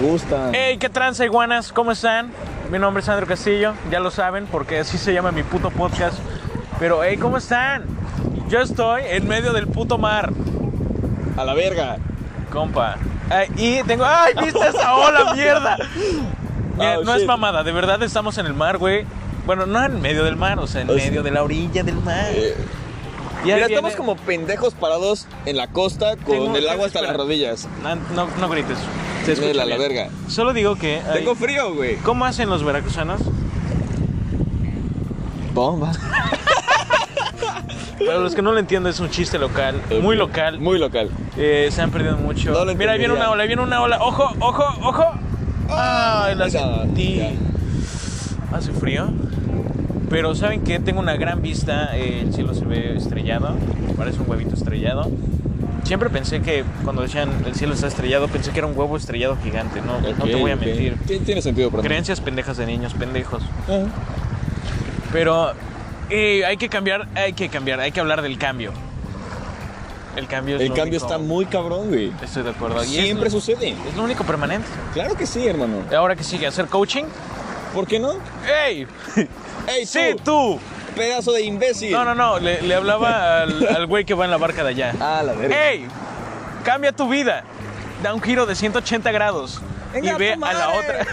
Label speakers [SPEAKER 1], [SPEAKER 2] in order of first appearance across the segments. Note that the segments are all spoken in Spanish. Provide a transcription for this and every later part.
[SPEAKER 1] gustan.
[SPEAKER 2] Hey, ¿qué tranza, iguanas? ¿Cómo están? Mi nombre es Sandro Castillo, ya lo saben porque así se llama mi puto podcast. Pero, hey, ¿cómo están? Yo estoy en medio del puto mar,
[SPEAKER 1] A la verga.
[SPEAKER 2] compa. Ay, y tengo. ¡Ay, viste esa ola, mierda! Mira,
[SPEAKER 1] Oh,
[SPEAKER 2] no es
[SPEAKER 1] shit.
[SPEAKER 2] mamada, de verdad estamos en el mar, güey. Bueno, no en medio del mar, o sea, en
[SPEAKER 1] O sea-
[SPEAKER 2] medio de la orilla del mar.
[SPEAKER 1] Eh,
[SPEAKER 2] Y ahí
[SPEAKER 1] Mira,
[SPEAKER 2] viene-
[SPEAKER 1] estamos como pendejos parados en la costa con
[SPEAKER 2] Tengo-
[SPEAKER 1] el agua hasta las
[SPEAKER 2] espera.
[SPEAKER 1] rodillas.
[SPEAKER 2] No, no, no grites. Se escucha
[SPEAKER 1] Nela, la
[SPEAKER 2] bien.
[SPEAKER 1] verga.
[SPEAKER 2] Solo digo que. ay,
[SPEAKER 1] Tengo frío, güey.
[SPEAKER 2] ¿Cómo hacen los veracruzanos?
[SPEAKER 1] Bomba.
[SPEAKER 2] Para los que no lo entienden, es un chiste local, muy local.
[SPEAKER 1] Muy local.
[SPEAKER 2] Eh, se han perdido mucho.
[SPEAKER 1] No lo
[SPEAKER 2] Mira, ahí viene
[SPEAKER 1] entendería.
[SPEAKER 2] una ola, ahí viene una ola. ¡Ojo, ojo, ojo! ¡Ay, la
[SPEAKER 1] Ya,
[SPEAKER 2] sentí!
[SPEAKER 1] Ah, ya.
[SPEAKER 2] Hace frío. Pero ¿saben qué? Tengo una gran vista. eh, el cielo se ve estrellado. Parece un huevito estrellado. Siempre pensé que cuando decían el cielo está estrellado, pensé que era un huevo estrellado gigante. No, no te
[SPEAKER 1] Ok,
[SPEAKER 2] voy a
[SPEAKER 1] ok.
[SPEAKER 2] mentir.
[SPEAKER 1] Ti- Tiene sentido, pero. Ah,
[SPEAKER 2] Creencias pendejas de niños, pendejos.
[SPEAKER 1] Ajá.
[SPEAKER 2] Pero eh, hay que cambiar, hay que cambiar, hay que hablar del cambio. El cambio es
[SPEAKER 1] El
[SPEAKER 2] lo
[SPEAKER 1] cambio
[SPEAKER 2] único-
[SPEAKER 1] está muy cabrón, güey.
[SPEAKER 2] Estoy de acuerdo. Y es
[SPEAKER 1] Siempre
[SPEAKER 2] lo-
[SPEAKER 1] sucede.
[SPEAKER 2] Es lo único permanente.
[SPEAKER 1] Claro que sí, hermano.
[SPEAKER 2] Ahora que sigue, hacer coaching.
[SPEAKER 1] ¿Por qué no?
[SPEAKER 2] ¡Ey!
[SPEAKER 1] ¡Ey,
[SPEAKER 2] ¡Sí, tú!
[SPEAKER 1] Pedazo de imbécil.
[SPEAKER 2] No, no, no, le, le hablaba al al güey que va en la barca de allá.
[SPEAKER 1] Ah, la verga.
[SPEAKER 2] ¡Ey! Cambia tu vida. Da un giro de 180 grados.
[SPEAKER 1] Venga,
[SPEAKER 2] y ve
[SPEAKER 1] tu
[SPEAKER 2] a la
[SPEAKER 1] madre.
[SPEAKER 2] otra.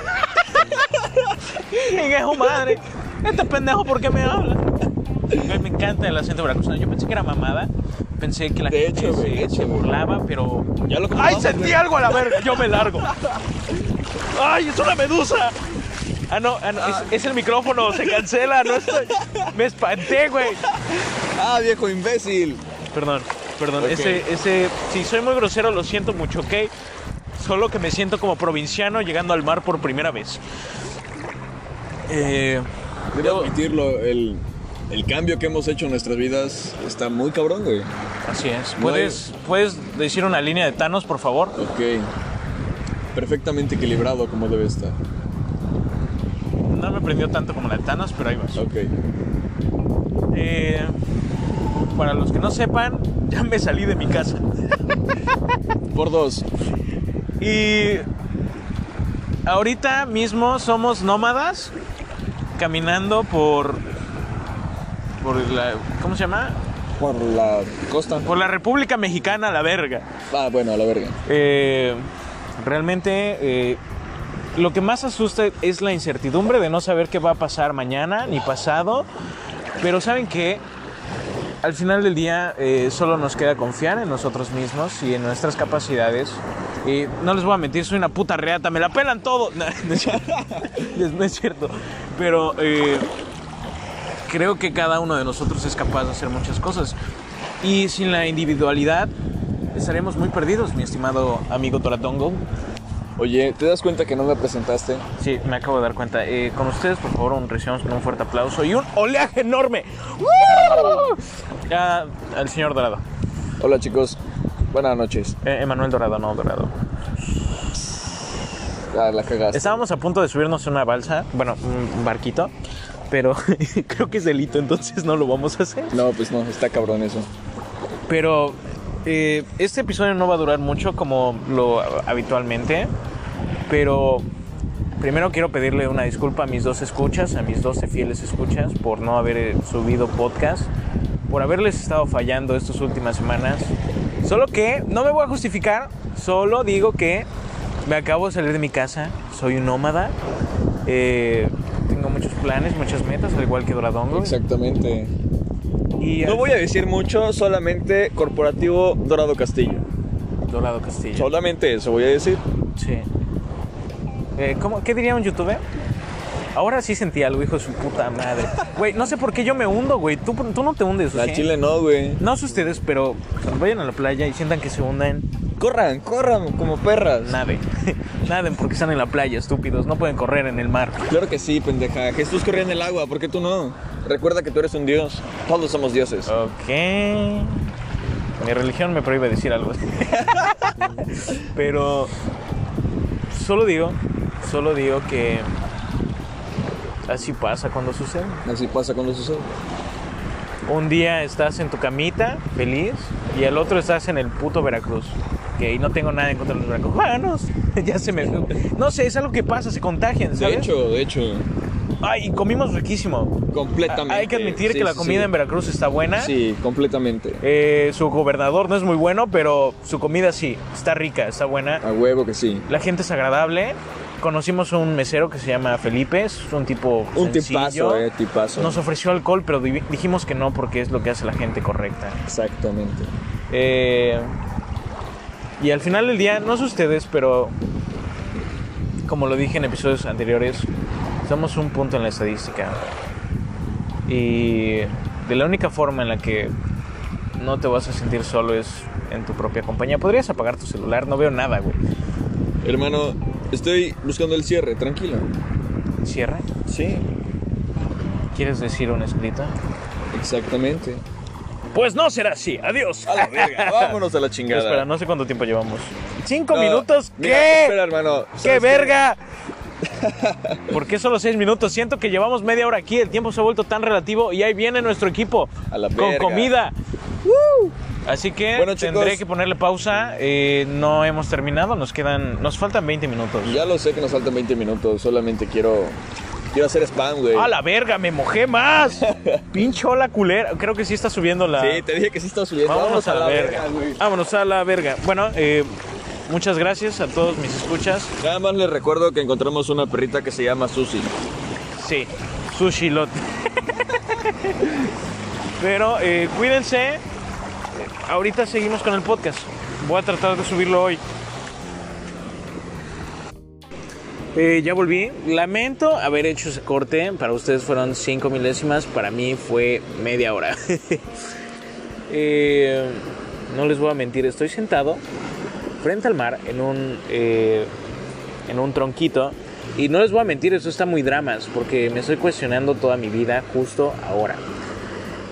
[SPEAKER 2] Venga, hijo madre. Este pendejo, ¿por qué me habla? Güey, Me encanta el acento veracruzano. Yo pensé que era mamada. Pensé que la
[SPEAKER 1] De
[SPEAKER 2] gente
[SPEAKER 1] hecho,
[SPEAKER 2] se,
[SPEAKER 1] güey, de hecho,
[SPEAKER 2] se
[SPEAKER 1] güey.
[SPEAKER 2] burlaba, pero.
[SPEAKER 1] Ya lo
[SPEAKER 2] ¡Ay,
[SPEAKER 1] comprobamos,
[SPEAKER 2] sentí
[SPEAKER 1] güey.
[SPEAKER 2] algo a la verga! Yo me largo. ¡Ay, es una medusa! Ah, no, ah, no, es, es el micrófono, se cancela, no estoy. Me espanté, güey.
[SPEAKER 1] Ah, viejo imbécil.
[SPEAKER 2] Perdón, perdón.
[SPEAKER 1] Ok.
[SPEAKER 2] Ese, ese, si soy muy grosero, lo siento mucho, ¿ok? Solo que me siento como provinciano llegando al mar por primera vez. Eh,
[SPEAKER 1] Debo
[SPEAKER 2] debo-
[SPEAKER 1] admitirlo, el, el cambio que hemos hecho en nuestras vidas está muy cabrón, güey.
[SPEAKER 2] así es.
[SPEAKER 1] No
[SPEAKER 2] ¿Puedes, ¿Puedes decir una línea de Thanos, por favor?
[SPEAKER 1] Ok. Perfectamente equilibrado como debe estar.
[SPEAKER 2] No me prendió tanto como la de Thanos, pero ahí vas.
[SPEAKER 1] Ok.
[SPEAKER 2] Eh, para los que no sepan, ya me salí de mi casa.
[SPEAKER 1] Por dos.
[SPEAKER 2] Y ahorita mismo somos nómadas caminando por por la ¿cómo se llama?
[SPEAKER 1] Por la costa.
[SPEAKER 2] Por la República Mexicana, la verga.
[SPEAKER 1] Ah, bueno, a la verga.
[SPEAKER 2] Eh, realmente eh, lo que más asusta es la incertidumbre de no saber qué va a pasar mañana ni pasado. Pero saben que al final del día eh, solo nos queda confiar en nosotros mismos y en nuestras capacidades. Y no les voy a mentir, soy una puta reata, me la pelan todo. No, no es cierto. No es cierto. Pero eh, creo que cada uno de nosotros es capaz de hacer muchas cosas. Y sin la individualidad estaremos muy perdidos, mi estimado amigo Toratongo.
[SPEAKER 1] Oye, ¿te das cuenta que no me presentaste?
[SPEAKER 2] Sí, me acabo de dar cuenta. Eh, con ustedes, por favor, un, recibamos con un fuerte aplauso y un oleaje enorme. ¡Woo! Ah, al señor Dorado.
[SPEAKER 1] Hola, chicos. Buenas noches.
[SPEAKER 2] Eh, Emanuel Dorado, no Dorado.
[SPEAKER 1] Ah, la cagaste.
[SPEAKER 2] Estábamos a punto de subirnos a una balsa, bueno, un barquito, pero creo que es delito, entonces no lo vamos a hacer.
[SPEAKER 1] No, pues no, está cabrón eso.
[SPEAKER 2] Pero eh, este episodio no va a durar mucho como lo habitualmente. Pero primero quiero pedirle una disculpa a mis dos escuchas, a mis 12 fieles escuchas, por no haber eh, subido podcast, por haberles estado fallando estas últimas semanas. Solo que no me voy a justificar, solo digo que me acabo de salir de mi casa, soy un nómada, eh, tengo muchos planes, muchas metas, al igual que Doradongo.
[SPEAKER 1] Exactamente.
[SPEAKER 2] Y
[SPEAKER 1] No voy a decir mucho, solamente Corporativo Dorado Castillo.
[SPEAKER 2] Dorado Castillo.
[SPEAKER 1] Solamente eso voy a decir.
[SPEAKER 2] Sí. Eh, ¿cómo- ¿Qué diría un youtuber? Ahora sí sentí algo, hijo de su puta madre. Güey, no sé por qué yo me hundo, güey. Tú, tú no te hundes,
[SPEAKER 1] La
[SPEAKER 2] ¿sí?
[SPEAKER 1] Chile no, güey.
[SPEAKER 2] No sé ustedes, pero cuando vayan a la playa y sientan que se hunden,
[SPEAKER 1] Corran, corran como perras.
[SPEAKER 2] naden. naden porque están en la playa, estúpidos. No pueden correr en el mar.
[SPEAKER 1] Claro que sí, pendeja. Jesús corría en el agua, ¿por qué tú no? Recuerda que tú eres un dios. Todos somos dioses.
[SPEAKER 2] Ok. Mi religión me prohíbe decir algo. Pero solo digo, solo digo que así pasa cuando sucede.
[SPEAKER 1] Así pasa con los sucesos.
[SPEAKER 2] Un día estás en tu camita, feliz, y al otro estás en el puto Veracruz. que y no tengo nada en contra de los brancos. ya se me. No sé, es algo que pasa, se contagian,
[SPEAKER 1] De
[SPEAKER 2] ¿sabes?
[SPEAKER 1] hecho, de hecho,
[SPEAKER 2] Ay, y comimos riquísimo.
[SPEAKER 1] completamente.
[SPEAKER 2] Hay que admitir
[SPEAKER 1] Sí,
[SPEAKER 2] que la
[SPEAKER 1] sí,
[SPEAKER 2] comida
[SPEAKER 1] sí.
[SPEAKER 2] en Veracruz está buena.
[SPEAKER 1] Sí, completamente.
[SPEAKER 2] Eh, su gobernador no es muy bueno, pero su comida sí, está rica, está buena.
[SPEAKER 1] A huevo que sí.
[SPEAKER 2] La gente es agradable. Conocimos a un mesero que se llama Felipe, es un tipo
[SPEAKER 1] Un
[SPEAKER 2] sencillo.
[SPEAKER 1] tipazo, eh, tipazo.
[SPEAKER 2] Nos ofreció alcohol, pero di- dijimos que no porque es lo que hace la gente correcta.
[SPEAKER 1] Exactamente.
[SPEAKER 2] Eh, y al final del día, no sé ustedes, pero como lo dije en episodios anteriores, somos un punto en la estadística. Y de la única forma en la que no te vas a sentir solo es en tu propia compañía. Podrías apagar tu celular, no veo nada, güey.
[SPEAKER 1] Hermano, estoy buscando el cierre, tranquilo.
[SPEAKER 2] Cierra.
[SPEAKER 1] Sí,
[SPEAKER 2] ¿Quieres decir una escrita?
[SPEAKER 1] exactamente.
[SPEAKER 2] Pues no será así. Adiós.
[SPEAKER 1] A la verga, vámonos a la chingada.
[SPEAKER 2] Espera, no sé cuánto tiempo llevamos. ¿Cinco
[SPEAKER 1] No,
[SPEAKER 2] minutos? ¿Qué?
[SPEAKER 1] mira, espera, hermano.
[SPEAKER 2] ¡Qué
[SPEAKER 1] ¿Sabes
[SPEAKER 2] verga! ¿Por qué solo seis minutos? Siento que llevamos media hora aquí, el tiempo se ha vuelto tan relativo y ahí viene nuestro equipo
[SPEAKER 1] A la
[SPEAKER 2] con
[SPEAKER 1] verga.
[SPEAKER 2] comida. ¡Woo! Así que
[SPEAKER 1] Bueno,
[SPEAKER 2] tendré
[SPEAKER 1] chicos.
[SPEAKER 2] que ponerle pausa. eh, no hemos terminado, nos quedan, nos faltan 20 minutos.
[SPEAKER 1] Ya lo sé que nos faltan 20 minutos, solamente quiero quiero hacer spam, güey.
[SPEAKER 2] ¡A la verga! ¡Me mojé más! Pincho la culera. Creo que sí está subiendo la.
[SPEAKER 1] Sí, te dije que sí estás subiendo.
[SPEAKER 2] Vámonos, a la, verga.
[SPEAKER 1] güey.
[SPEAKER 2] Vámonos a la verga. Bueno, eh, muchas gracias a todos mis escuchas.
[SPEAKER 1] Nada más les recuerdo que encontramos una perrita que se llama Susi.
[SPEAKER 2] Sí, sushi lot. Pero eh, cuídense. Ahorita seguimos con el podcast. Voy a tratar de subirlo hoy. Eh, ya volví. Lamento haber hecho ese corte. Para ustedes fueron 5 milésimas. Para mí fue media hora. Eh, no les voy a mentir. Estoy sentado frente al mar en un, eh, en un tronquito. Y no les voy a mentir, eso está muy dramas, porque me estoy cuestionando toda mi vida justo ahora.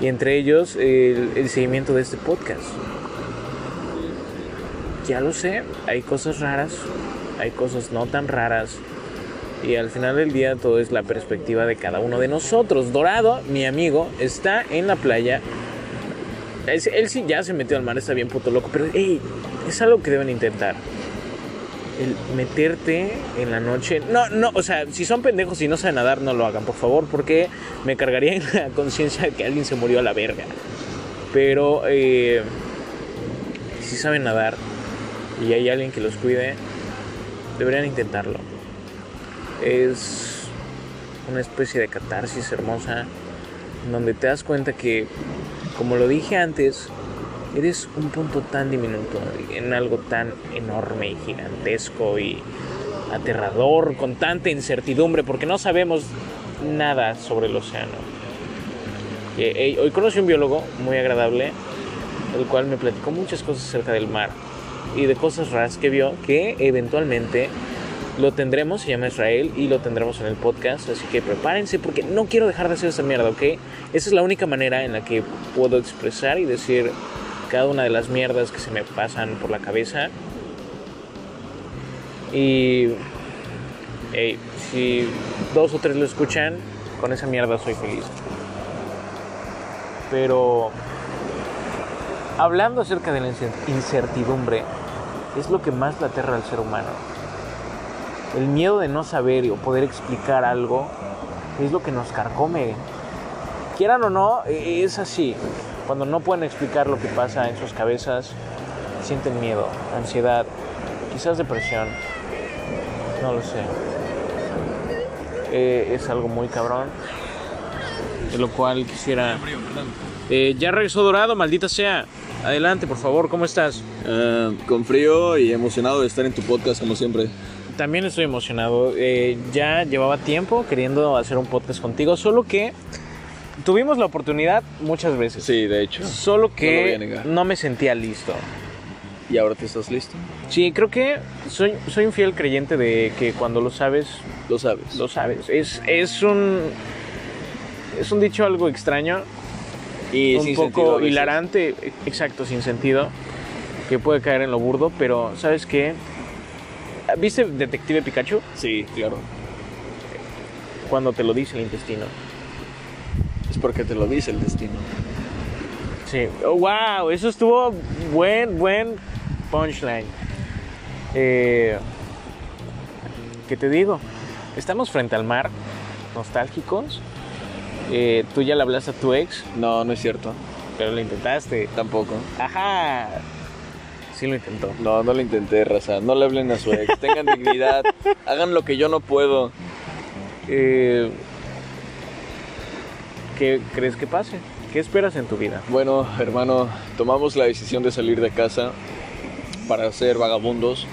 [SPEAKER 2] Y entre ellos el, el seguimiento de este podcast. Ya lo sé, hay cosas raras, hay cosas no tan raras. Y al final del día todo es la perspectiva de cada uno de nosotros. Dorado, mi amigo, está en la playa él, sí- él sí ya se metió al mar, está bien puto loco, pero ey, es algo que deben intentar. El meterte en la noche. No, no, o sea, si son pendejos y no saben nadar, no lo hagan, por favor, porque me cargaría en la conciencia de que alguien se murió a la verga. Pero eh, si saben nadar y hay alguien que los cuide, deberían intentarlo. Es una especie de catarsis hermosa en donde te das cuenta que, como lo dije antes, eres un punto tan diminuto en algo tan enorme y gigantesco y aterrador, con tanta incertidumbre, porque no sabemos nada sobre el océano. Eh, eh, hoy conocí a un biólogo muy agradable, el cual me platicó muchas cosas acerca del mar y de cosas raras que vio que eventualmente lo tendremos, se llama Israel, y lo tendremos en el podcast, así que prepárense porque no quiero dejar de hacer esta mierda, ¿ok? Esa es la única manera en la que puedo expresar y decir cada una de las mierdas que se me pasan por la cabeza. Y... ey, si dos o tres lo escuchan, con esa mierda soy feliz. Pero... Hablando acerca de la incert- incertidumbre, es lo que más la aterra al ser humano. El miedo de no saber o poder explicar algo es lo que nos carcome. Quieran o no, e- es así. Cuando no pueden explicar lo que pasa en sus cabezas, sienten miedo, ansiedad, quizás depresión. No lo sé. Eh, es algo muy cabrón. De lo cual quisiera... Eh, ya regresó Dorado, maldita sea. Adelante, por favor, ¿cómo estás?
[SPEAKER 1] Ah, con frío y emocionado de estar en tu podcast como siempre.
[SPEAKER 2] También estoy emocionado. Eh, ya llevaba tiempo queriendo hacer un podcast contigo, solo que tuvimos la oportunidad muchas veces.
[SPEAKER 1] Sí, de hecho. No
[SPEAKER 2] Solo
[SPEAKER 1] lo voy a
[SPEAKER 2] que
[SPEAKER 1] negar.
[SPEAKER 2] no, me sentía listo.
[SPEAKER 1] ¿Y ahora te estás listo?
[SPEAKER 2] Sí, creo que soy, soy un fiel creyente de que cuando lo sabes,
[SPEAKER 1] Lo sabes.
[SPEAKER 2] lo sabes. Es, es un. Es un dicho algo extraño,
[SPEAKER 1] y
[SPEAKER 2] un
[SPEAKER 1] sin sentido a
[SPEAKER 2] poco
[SPEAKER 1] veces.
[SPEAKER 2] hilarante, e- exacto, sin sentido, que puede caer en lo burdo, pero ¿sabes qué? ¿Viste Detective Pikachu?
[SPEAKER 1] Sí, claro.
[SPEAKER 2] Cuando te lo dice el intestino.
[SPEAKER 1] Es porque te lo dice el destino.
[SPEAKER 2] Sí. Oh, wow, eso estuvo buen, buen punchline. Eh, ¿Qué te digo? Estamos frente al mar, nostálgicos. Eh, tú ya le hablaste a tu ex,
[SPEAKER 1] No, no es cierto.
[SPEAKER 2] pero lo intentaste.
[SPEAKER 1] Tampoco.
[SPEAKER 2] Ajá. Sí lo intentó.
[SPEAKER 1] No, no lo intenté, raza. No le hablen a su ex. Tengan dignidad. Hagan lo que yo no puedo.
[SPEAKER 2] Eh, ¿Qué crees que pase? ¿Qué esperas en tu vida?
[SPEAKER 1] Bueno, hermano, tomamos la decisión de salir de casa para ser vagabundos.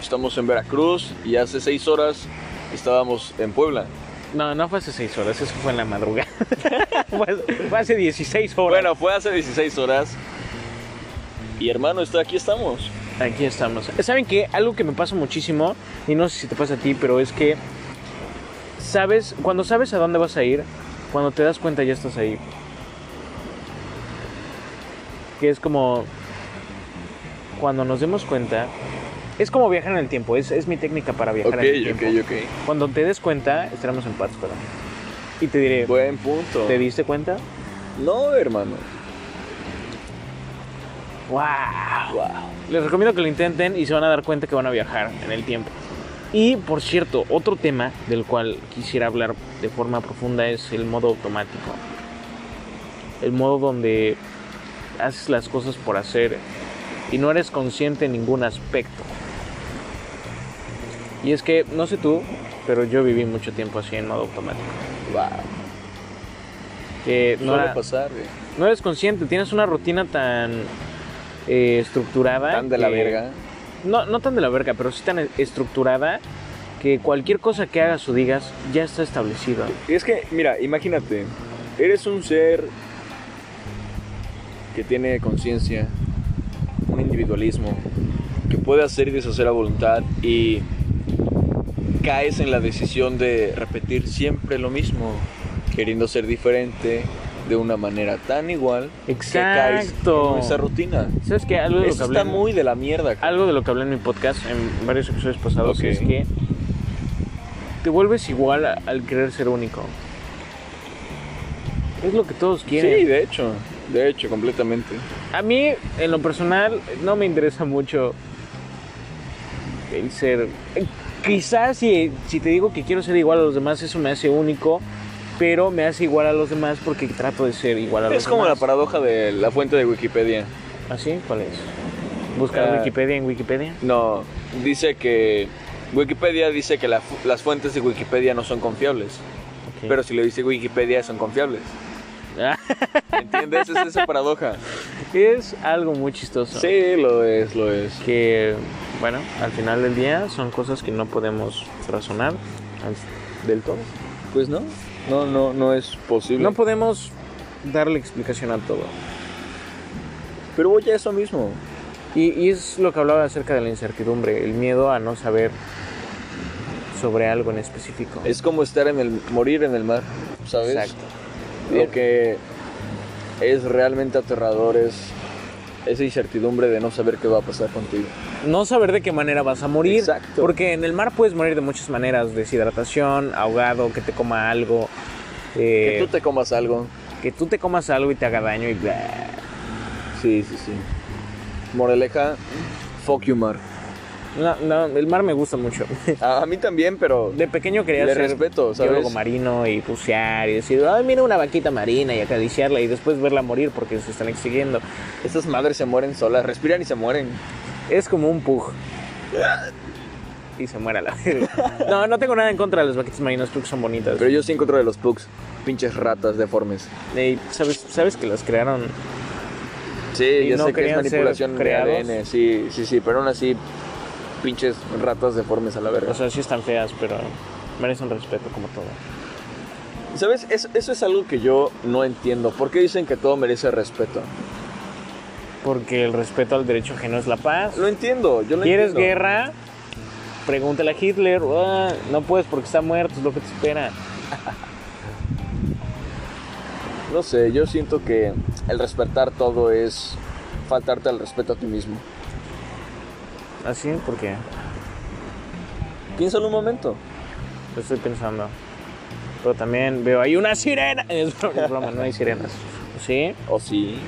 [SPEAKER 1] Estamos en Veracruz y hace seis horas estábamos en Puebla.
[SPEAKER 2] No, no fue hace 6 horas, eso fue en la madrugada. fue, fue hace 16 horas.
[SPEAKER 1] Bueno, fue hace 16 horas. Y hermano, está, aquí estamos.
[SPEAKER 2] Aquí estamos. ¿Saben qué? Algo que me pasa muchísimo, y no sé si te pasa a ti, pero es que sabes, cuando sabes a dónde vas a ir, cuando te das cuenta ya estás ahí. Que es como cuando nos demos cuenta, es como viajar en el tiempo, es, es mi técnica para viajar
[SPEAKER 1] Ok,
[SPEAKER 2] en el
[SPEAKER 1] ok,
[SPEAKER 2] tiempo.
[SPEAKER 1] ok.
[SPEAKER 2] Cuando te des cuenta, estaremos en Pátzcuaro. Y te diré,
[SPEAKER 1] Buen punto.
[SPEAKER 2] ¿te diste cuenta?
[SPEAKER 1] No, hermano.
[SPEAKER 2] ¡Wow!
[SPEAKER 1] Wow.
[SPEAKER 2] Les recomiendo que lo intenten y se van a dar cuenta que van a viajar en el tiempo. Y por cierto, otro tema del cual quisiera hablar de forma profunda es el modo automático. El modo donde haces las cosas por hacer y no eres consciente en ningún aspecto. Y es que, no sé tú, pero yo viví mucho tiempo así en modo automático.
[SPEAKER 1] Wow.
[SPEAKER 2] Que
[SPEAKER 1] No
[SPEAKER 2] no,
[SPEAKER 1] va
[SPEAKER 2] era-
[SPEAKER 1] a pasar, güey.
[SPEAKER 2] no eres consciente, tienes una rutina tan eh, estructurada.
[SPEAKER 1] Tan de la
[SPEAKER 2] que-
[SPEAKER 1] verga.
[SPEAKER 2] no, no tan de la verga, pero sí tan estructurada que cualquier cosa que hagas o digas ya está establecida.
[SPEAKER 1] Y es que, mira, imagínate, eres un ser que tiene conciencia, un individualismo, que puede hacer y deshacer a voluntad y caes en la decisión de repetir siempre lo mismo, queriendo ser diferente de una manera tan igual que caes
[SPEAKER 2] Exacto.
[SPEAKER 1] en esa rutina.
[SPEAKER 2] ¿Sabes qué? Algo de, lo que
[SPEAKER 1] Eso
[SPEAKER 2] hablé
[SPEAKER 1] está
[SPEAKER 2] en,
[SPEAKER 1] muy de la mierda. cabrón.
[SPEAKER 2] algo de lo que hablé en mi podcast en varios episodios pasados
[SPEAKER 1] Ok.
[SPEAKER 2] es que te vuelves igual a- al querer ser único. Es lo que todos quieren.
[SPEAKER 1] Sí, de hecho, de hecho, completamente.
[SPEAKER 2] A mí, en lo personal, no me interesa mucho el ser. Quizás si, si te digo que quiero ser igual a los demás, eso me hace único, pero me hace igual a los demás porque trato de ser igual a los
[SPEAKER 1] Es como la
[SPEAKER 2] demás.
[SPEAKER 1] paradoja de la fuente de Wikipedia.
[SPEAKER 2] ¿Así? ¿Cuál es? Buscar
[SPEAKER 1] Eh,
[SPEAKER 2] Wikipedia en Wikipedia.
[SPEAKER 1] No, dice que Wikipedia dice que la fu- las fuentes de Wikipedia no son confiables,
[SPEAKER 2] Ok.
[SPEAKER 1] pero si le dice Wikipedia son confiables. ¿Entiendes? es esa paradoja.
[SPEAKER 2] es algo muy chistoso.
[SPEAKER 1] Sí, lo es, lo es.
[SPEAKER 2] Que, bueno, al final del día son cosas que no podemos razonar al- del todo.
[SPEAKER 1] Pues no, no, no, no pues, es posible.
[SPEAKER 2] No podemos darle explicación a todo.
[SPEAKER 1] pero voy a eso mismo.
[SPEAKER 2] Y, y es lo que hablaba acerca de la incertidumbre, el miedo a no saber sobre algo en específico.
[SPEAKER 1] Es como estar en el, morir en el mar, ¿sabes?
[SPEAKER 2] Exacto.
[SPEAKER 1] Lo que es realmente aterrador es esa incertidumbre de no saber qué va a pasar contigo.
[SPEAKER 2] No saber de qué manera vas a morir.
[SPEAKER 1] Exacto.
[SPEAKER 2] Porque en el mar puedes morir de muchas maneras: deshidratación, ahogado, que te coma algo, eh,
[SPEAKER 1] que tú te comas algo.
[SPEAKER 2] que tú te comas algo y te haga daño y bla.
[SPEAKER 1] Sí, sí, sí. Moreleja, fuck you, mar.
[SPEAKER 2] No, no, el mar me gusta mucho.
[SPEAKER 1] A, a mí también, pero
[SPEAKER 2] De pequeño quería
[SPEAKER 1] Le
[SPEAKER 2] ser
[SPEAKER 1] respeto, ¿sabes?
[SPEAKER 2] biólogo marino y bucear y decir, ay, mira una vaquita marina y acariciarla y después verla morir porque se están extinguiendo.
[SPEAKER 1] estas madres se mueren solas, respiran y se mueren.
[SPEAKER 2] Es como un pug. Y se muera la No, no tengo nada en contra de las vaquitas marinas, creo que son bonitas.
[SPEAKER 1] Pero yo sí encuentro de los pugs, pinches ratas deformes.
[SPEAKER 2] Ey, ¿sabes, sabes que las crearon.
[SPEAKER 1] Sí,
[SPEAKER 2] Y
[SPEAKER 1] ya
[SPEAKER 2] no
[SPEAKER 1] sé que es
[SPEAKER 2] querían ser
[SPEAKER 1] manipulación de
[SPEAKER 2] creados.
[SPEAKER 1] ADN, sí, sí, sí, pero aún así, pinches ratas deformes a la verga.
[SPEAKER 2] O sea, sí están feas, pero merecen respeto como todo.
[SPEAKER 1] ¿Sabes? Es- eso es algo que yo no entiendo. ¿Por qué dicen que todo merece respeto?
[SPEAKER 2] Porque el respeto al derecho ajeno es la paz.
[SPEAKER 1] Lo entiendo, yo lo
[SPEAKER 2] ¿Quieres
[SPEAKER 1] entiendo.
[SPEAKER 2] guerra? Pregúntale a Hitler. Ah, no puedes porque está muerto, es lo que te espera.
[SPEAKER 1] No sé, yo siento que el respetar todo es faltarte al respeto a ti mismo.
[SPEAKER 2] ¿Así? ¿Por qué?
[SPEAKER 1] Piénsalo un momento.
[SPEAKER 2] Lo estoy pensando. Pero también veo, hay una sirena. Es broma, es broma, no hay sirenas. ¿Sí?
[SPEAKER 1] ¿O sí?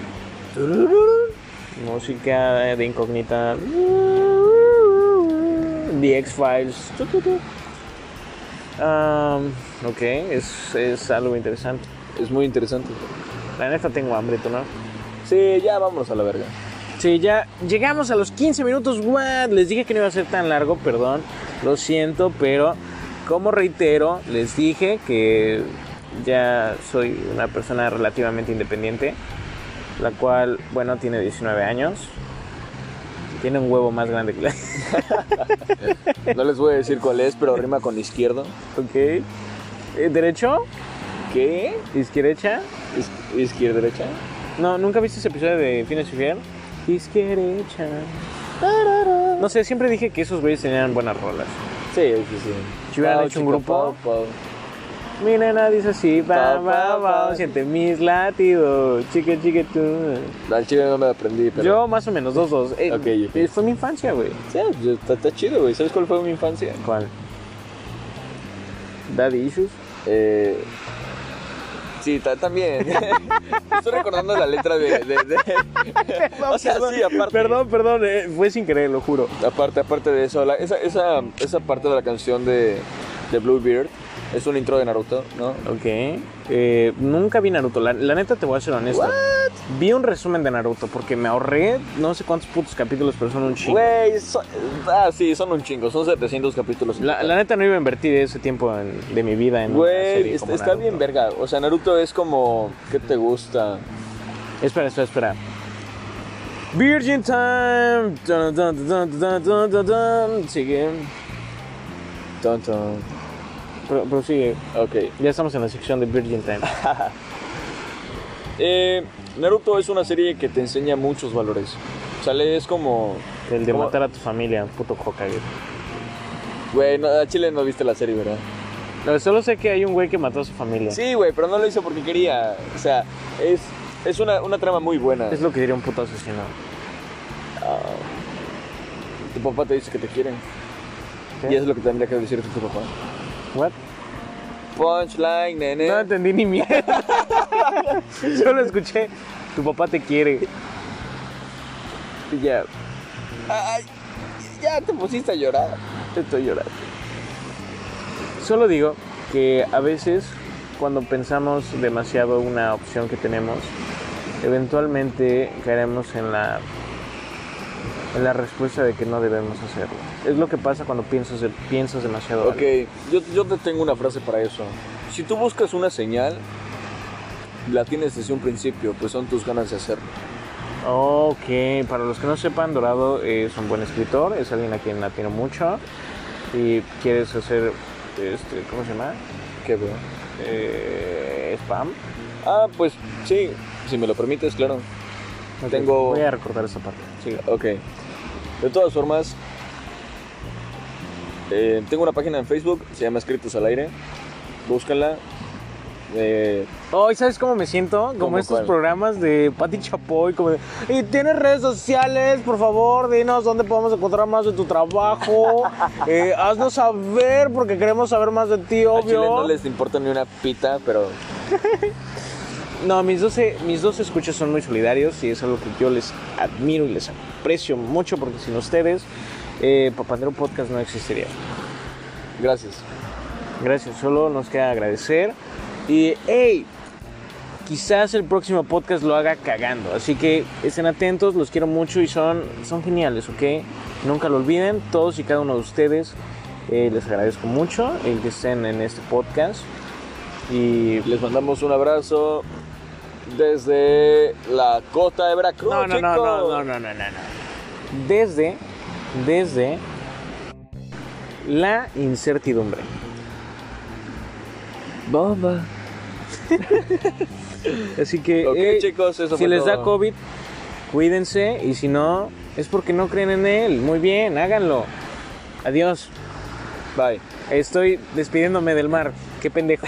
[SPEAKER 2] Música de incógnita. The X-Files. tu, tu, tu. Am, ok, es, es algo interesante.
[SPEAKER 1] Es muy interesante.
[SPEAKER 2] La neta tengo hambre, ¿tú no?
[SPEAKER 1] Sí, ya vámonos a la verga.
[SPEAKER 2] Sí, ya llegamos a los 15 minutos. What? Les dije que no iba a ser tan largo, perdón. Lo siento, pero como reitero, les dije que ya soy una persona relativamente independiente, la cual, bueno, tiene 19 años. Tiene un huevo más grande que la.
[SPEAKER 1] No les voy a decir cuál es, pero rima con izquierdo.
[SPEAKER 2] ok. Eh, ¿Derecho?
[SPEAKER 1] ¿Qué?
[SPEAKER 2] ¿Izquierda?
[SPEAKER 1] Iz- ¿Izquierda, derecha?
[SPEAKER 2] No, ¿nunca viste ese episodio de Fines y Fiel? Izquierda. No sé, siempre dije que esos güeyes tenían buenas rolas.
[SPEAKER 1] Sí, sí, sí.
[SPEAKER 2] Si hubieran
[SPEAKER 1] Pau,
[SPEAKER 2] hecho un
[SPEAKER 1] chica,
[SPEAKER 2] grupo.
[SPEAKER 1] pau, pau.
[SPEAKER 2] Mi nena dice así, va,
[SPEAKER 1] Pa,
[SPEAKER 2] va,
[SPEAKER 1] pa,
[SPEAKER 2] va,
[SPEAKER 1] pa.
[SPEAKER 2] siente mis latidos, chique, chique tú.
[SPEAKER 1] Al chile no me lo aprendí, pero.
[SPEAKER 2] Yo más o menos, dos, dos. Eh,
[SPEAKER 1] Ok, ok.
[SPEAKER 2] eh, Fue mi infancia, güey.
[SPEAKER 1] Sí, yo- está, está chido, güey. ¿Sabes cuál fue mi infancia?
[SPEAKER 2] ¿Cuál? Daddy Issues.
[SPEAKER 1] Eh, Sí, ta- también. Estoy recordando la letra de. de- de- o sea, sí, aparte.
[SPEAKER 2] Perdón, perdón, eh, fue sin querer, lo juro.
[SPEAKER 1] Aparte, aparte de eso, la- esa, esa, esa parte de la canción de, de Bluebeard es un intro de Naruto, ¿no?
[SPEAKER 2] Ok. Eh, nunca vi Naruto, la, la neta te voy a ser honesto. Vi un resumen de Naruto porque me ahorré no sé cuántos putos capítulos, pero son un chingo.
[SPEAKER 1] Güey, son- ah, sí, son un chingo, son 700 capítulos. en
[SPEAKER 2] La,
[SPEAKER 1] total.
[SPEAKER 2] la neta no iba a invertir ese tiempo en- de mi vida en. una
[SPEAKER 1] Güey,
[SPEAKER 2] serie
[SPEAKER 1] es-
[SPEAKER 2] como
[SPEAKER 1] está
[SPEAKER 2] Naruto.
[SPEAKER 1] bien verga. O sea, Naruto es como, ¿qué te gusta?
[SPEAKER 2] Espera, espera, espera. Virgin Time. Dun, dun, dun, dun, dun, dun, dun, dun. Sigue.
[SPEAKER 1] Tonto.
[SPEAKER 2] Pro- prosigue.
[SPEAKER 1] Ok.
[SPEAKER 2] Ya estamos en la sección de Virgin Time.
[SPEAKER 1] Eh, Naruto es una serie que te enseña muchos valores. O sea, es como...
[SPEAKER 2] El de
[SPEAKER 1] ¿Cómo?
[SPEAKER 2] matar a tu familia, puto Hokage.
[SPEAKER 1] Güey, no, a Chile no viste la serie, ¿verdad?
[SPEAKER 2] No, solo sé que hay un güey que mató a su familia.
[SPEAKER 1] Sí, güey, pero no lo hizo porque quería. O sea, es, es una, una trama muy buena.
[SPEAKER 2] Es lo que diría un puto asesino.
[SPEAKER 1] Tu papá te dice que te quieren.
[SPEAKER 2] ¿Qué?
[SPEAKER 1] Y eso es lo que tendría que decir tu papá.
[SPEAKER 2] What?
[SPEAKER 1] Punchline, nene.
[SPEAKER 2] No entendí ni mierda. solo escuché. Tu papá te quiere.
[SPEAKER 1] Y ya. Ay, ya te pusiste a llorar. Estoy llorando.
[SPEAKER 2] Solo digo que a veces cuando pensamos demasiado una opción que tenemos, eventualmente caeremos en la en la respuesta de que no debemos hacerlo. Es lo que pasa cuando piensas, de- piensas demasiado.
[SPEAKER 1] Ok, yo, yo te tengo una frase para eso. Si tú buscas una señal, la tienes desde un principio, pues son tus ganas de hacerlo.
[SPEAKER 2] algo. Ok, para los que no sepan, Dorado es un buen escritor, es alguien a quien admiro mucho y quieres hacer, este, ¿cómo se llama?
[SPEAKER 1] ¿Qué, bro?
[SPEAKER 2] Eh, spam.
[SPEAKER 1] Ah, pues sí, si me lo permites, claro.
[SPEAKER 2] Ok,
[SPEAKER 1] Tengo-
[SPEAKER 2] Voy a recordar esa parte.
[SPEAKER 1] Sí, ok. De todas formas, eh, tengo una página en Facebook, se llama Escritos al Aire. Búscala. Eh,
[SPEAKER 2] Hoy, ¿sabes cómo me siento? Como
[SPEAKER 1] ¿Cómo
[SPEAKER 2] estos
[SPEAKER 1] cuál?
[SPEAKER 2] programas de Pati Chapoy, como de, y tienes redes sociales, por favor, dinos dónde podemos encontrar más de tu trabajo, Eh, haznos saber porque queremos saber más de ti,
[SPEAKER 1] a Chile
[SPEAKER 2] obvio.
[SPEAKER 1] no les importa ni una pita, pero
[SPEAKER 2] No, mis 12, mis 12 escuchas son muy solidarios y es algo que yo les admiro y les aprecio mucho porque sin ustedes, eh, Papandero Podcast no existiría.
[SPEAKER 1] gracias.
[SPEAKER 2] Gracias, solo nos queda agradecer. Y, hey, quizás el próximo podcast lo haga cagando. Así que estén atentos, los quiero mucho y son, son geniales, ¿ok? Nunca lo olviden, todos y cada uno de ustedes. eh, les agradezco mucho el que estén en este podcast. Y...
[SPEAKER 1] Les mandamos un abrazo desde la costa de Veracruz.
[SPEAKER 2] No, no, no,
[SPEAKER 1] chicos.
[SPEAKER 2] no, no, no, no, no, no. uh, Desde, desde la incertidumbre.
[SPEAKER 1] Bomba.
[SPEAKER 2] Así que,
[SPEAKER 1] Ok,
[SPEAKER 2] eh,
[SPEAKER 1] chicos, eso
[SPEAKER 2] si
[SPEAKER 1] fue
[SPEAKER 2] les da
[SPEAKER 1] todo.
[SPEAKER 2] COVID, cuídense y si no, es porque no creen en él. Muy bien, háganlo. Adiós.
[SPEAKER 1] Bye.
[SPEAKER 2] Estoy despidiéndome del mar. Qué pendejo.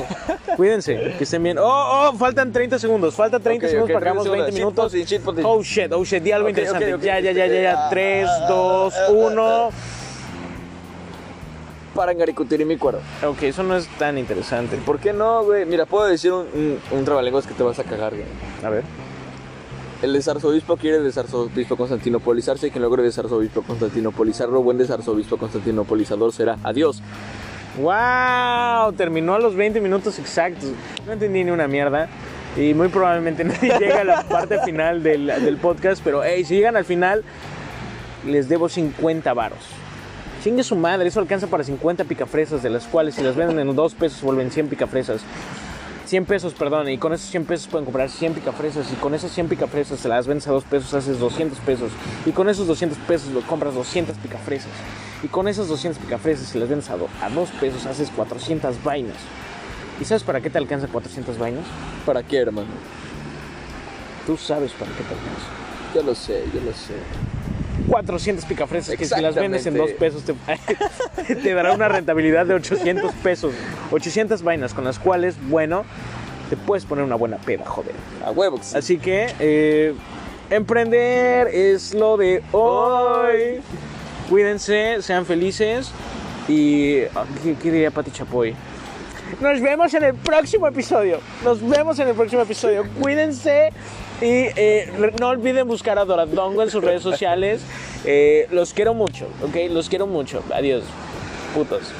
[SPEAKER 2] Cuídense, que estén bien. Oh, oh, faltan 30 segundos. Faltan 30
[SPEAKER 1] Ok,
[SPEAKER 2] segundos
[SPEAKER 1] ok,
[SPEAKER 2] para que hagamos
[SPEAKER 1] 30
[SPEAKER 2] 20
[SPEAKER 1] segundos.
[SPEAKER 2] minutos.
[SPEAKER 1] Shit, shit, shit.
[SPEAKER 2] Oh shit, oh shit, di algo
[SPEAKER 1] Ok,
[SPEAKER 2] interesante.
[SPEAKER 1] ok, ok.
[SPEAKER 2] Ya, ya, ya, ya, ya.
[SPEAKER 1] Ah,
[SPEAKER 2] 3,
[SPEAKER 1] ah,
[SPEAKER 2] 2,
[SPEAKER 1] ah,
[SPEAKER 2] 1.
[SPEAKER 1] Para engaricutir mi cuero.
[SPEAKER 2] Ok, eso no es tan interesante.
[SPEAKER 1] ¿Por qué no, güey? Mira, puedo decir un, un, un trabalenguas que te vas a cagar, güey.
[SPEAKER 2] A ver.
[SPEAKER 1] el desarzobispo quiere desarzobispo constantinopolizarse y quien logre desarzobispo constantinopolizarlo, buen desarzobispo constantinopolizador será. Adiós.
[SPEAKER 2] ¡Wow! Terminó a los 20 minutos exactos. No entendí ni una mierda. Y muy probablemente nadie llega a la parte final del, del podcast. Pero, hey, si llegan al final, les debo 50 varos. Chingue su madre, eso alcanza para 50 picafresas, de las cuales si las venden en 2 pesos vuelven 100 picafresas. 100 pesos, perdón, y con esos 100 pesos pueden comprar 100 picafresas, y con esas 100 picafresas se las vendes a 2 pesos, haces 200 pesos, y con esos 200 pesos lo compras 200 picafresas, y con esas 200 picafresas se las vendes a, do- a 2 pesos, haces 400 vainas. ¿Y sabes para qué te alcanza 400 vainas?
[SPEAKER 1] ¿Para qué, hermano?
[SPEAKER 2] Tú sabes para qué te alcanza.
[SPEAKER 1] Yo lo sé, yo lo sé.
[SPEAKER 2] 400 picafresas que si las vendes en 2
[SPEAKER 1] Exactamente.
[SPEAKER 2] pesos te, te dará una rentabilidad de 800 pesos. 800 vainas con las cuales, bueno, te puedes poner una buena peda, joder.
[SPEAKER 1] A huevo. que sí.
[SPEAKER 2] Así que, eh, emprender es lo de hoy. Cuídense, sean felices y... ah, ¿Qué, qué diría Pati Chapoy? Nos vemos en el próximo episodio. Nos vemos en el próximo episodio. Cuídense y eh, re- no olviden buscar a Doradongo en sus redes sociales. Eh, los quiero mucho, ¿ok? Los quiero mucho. Adiós, putos.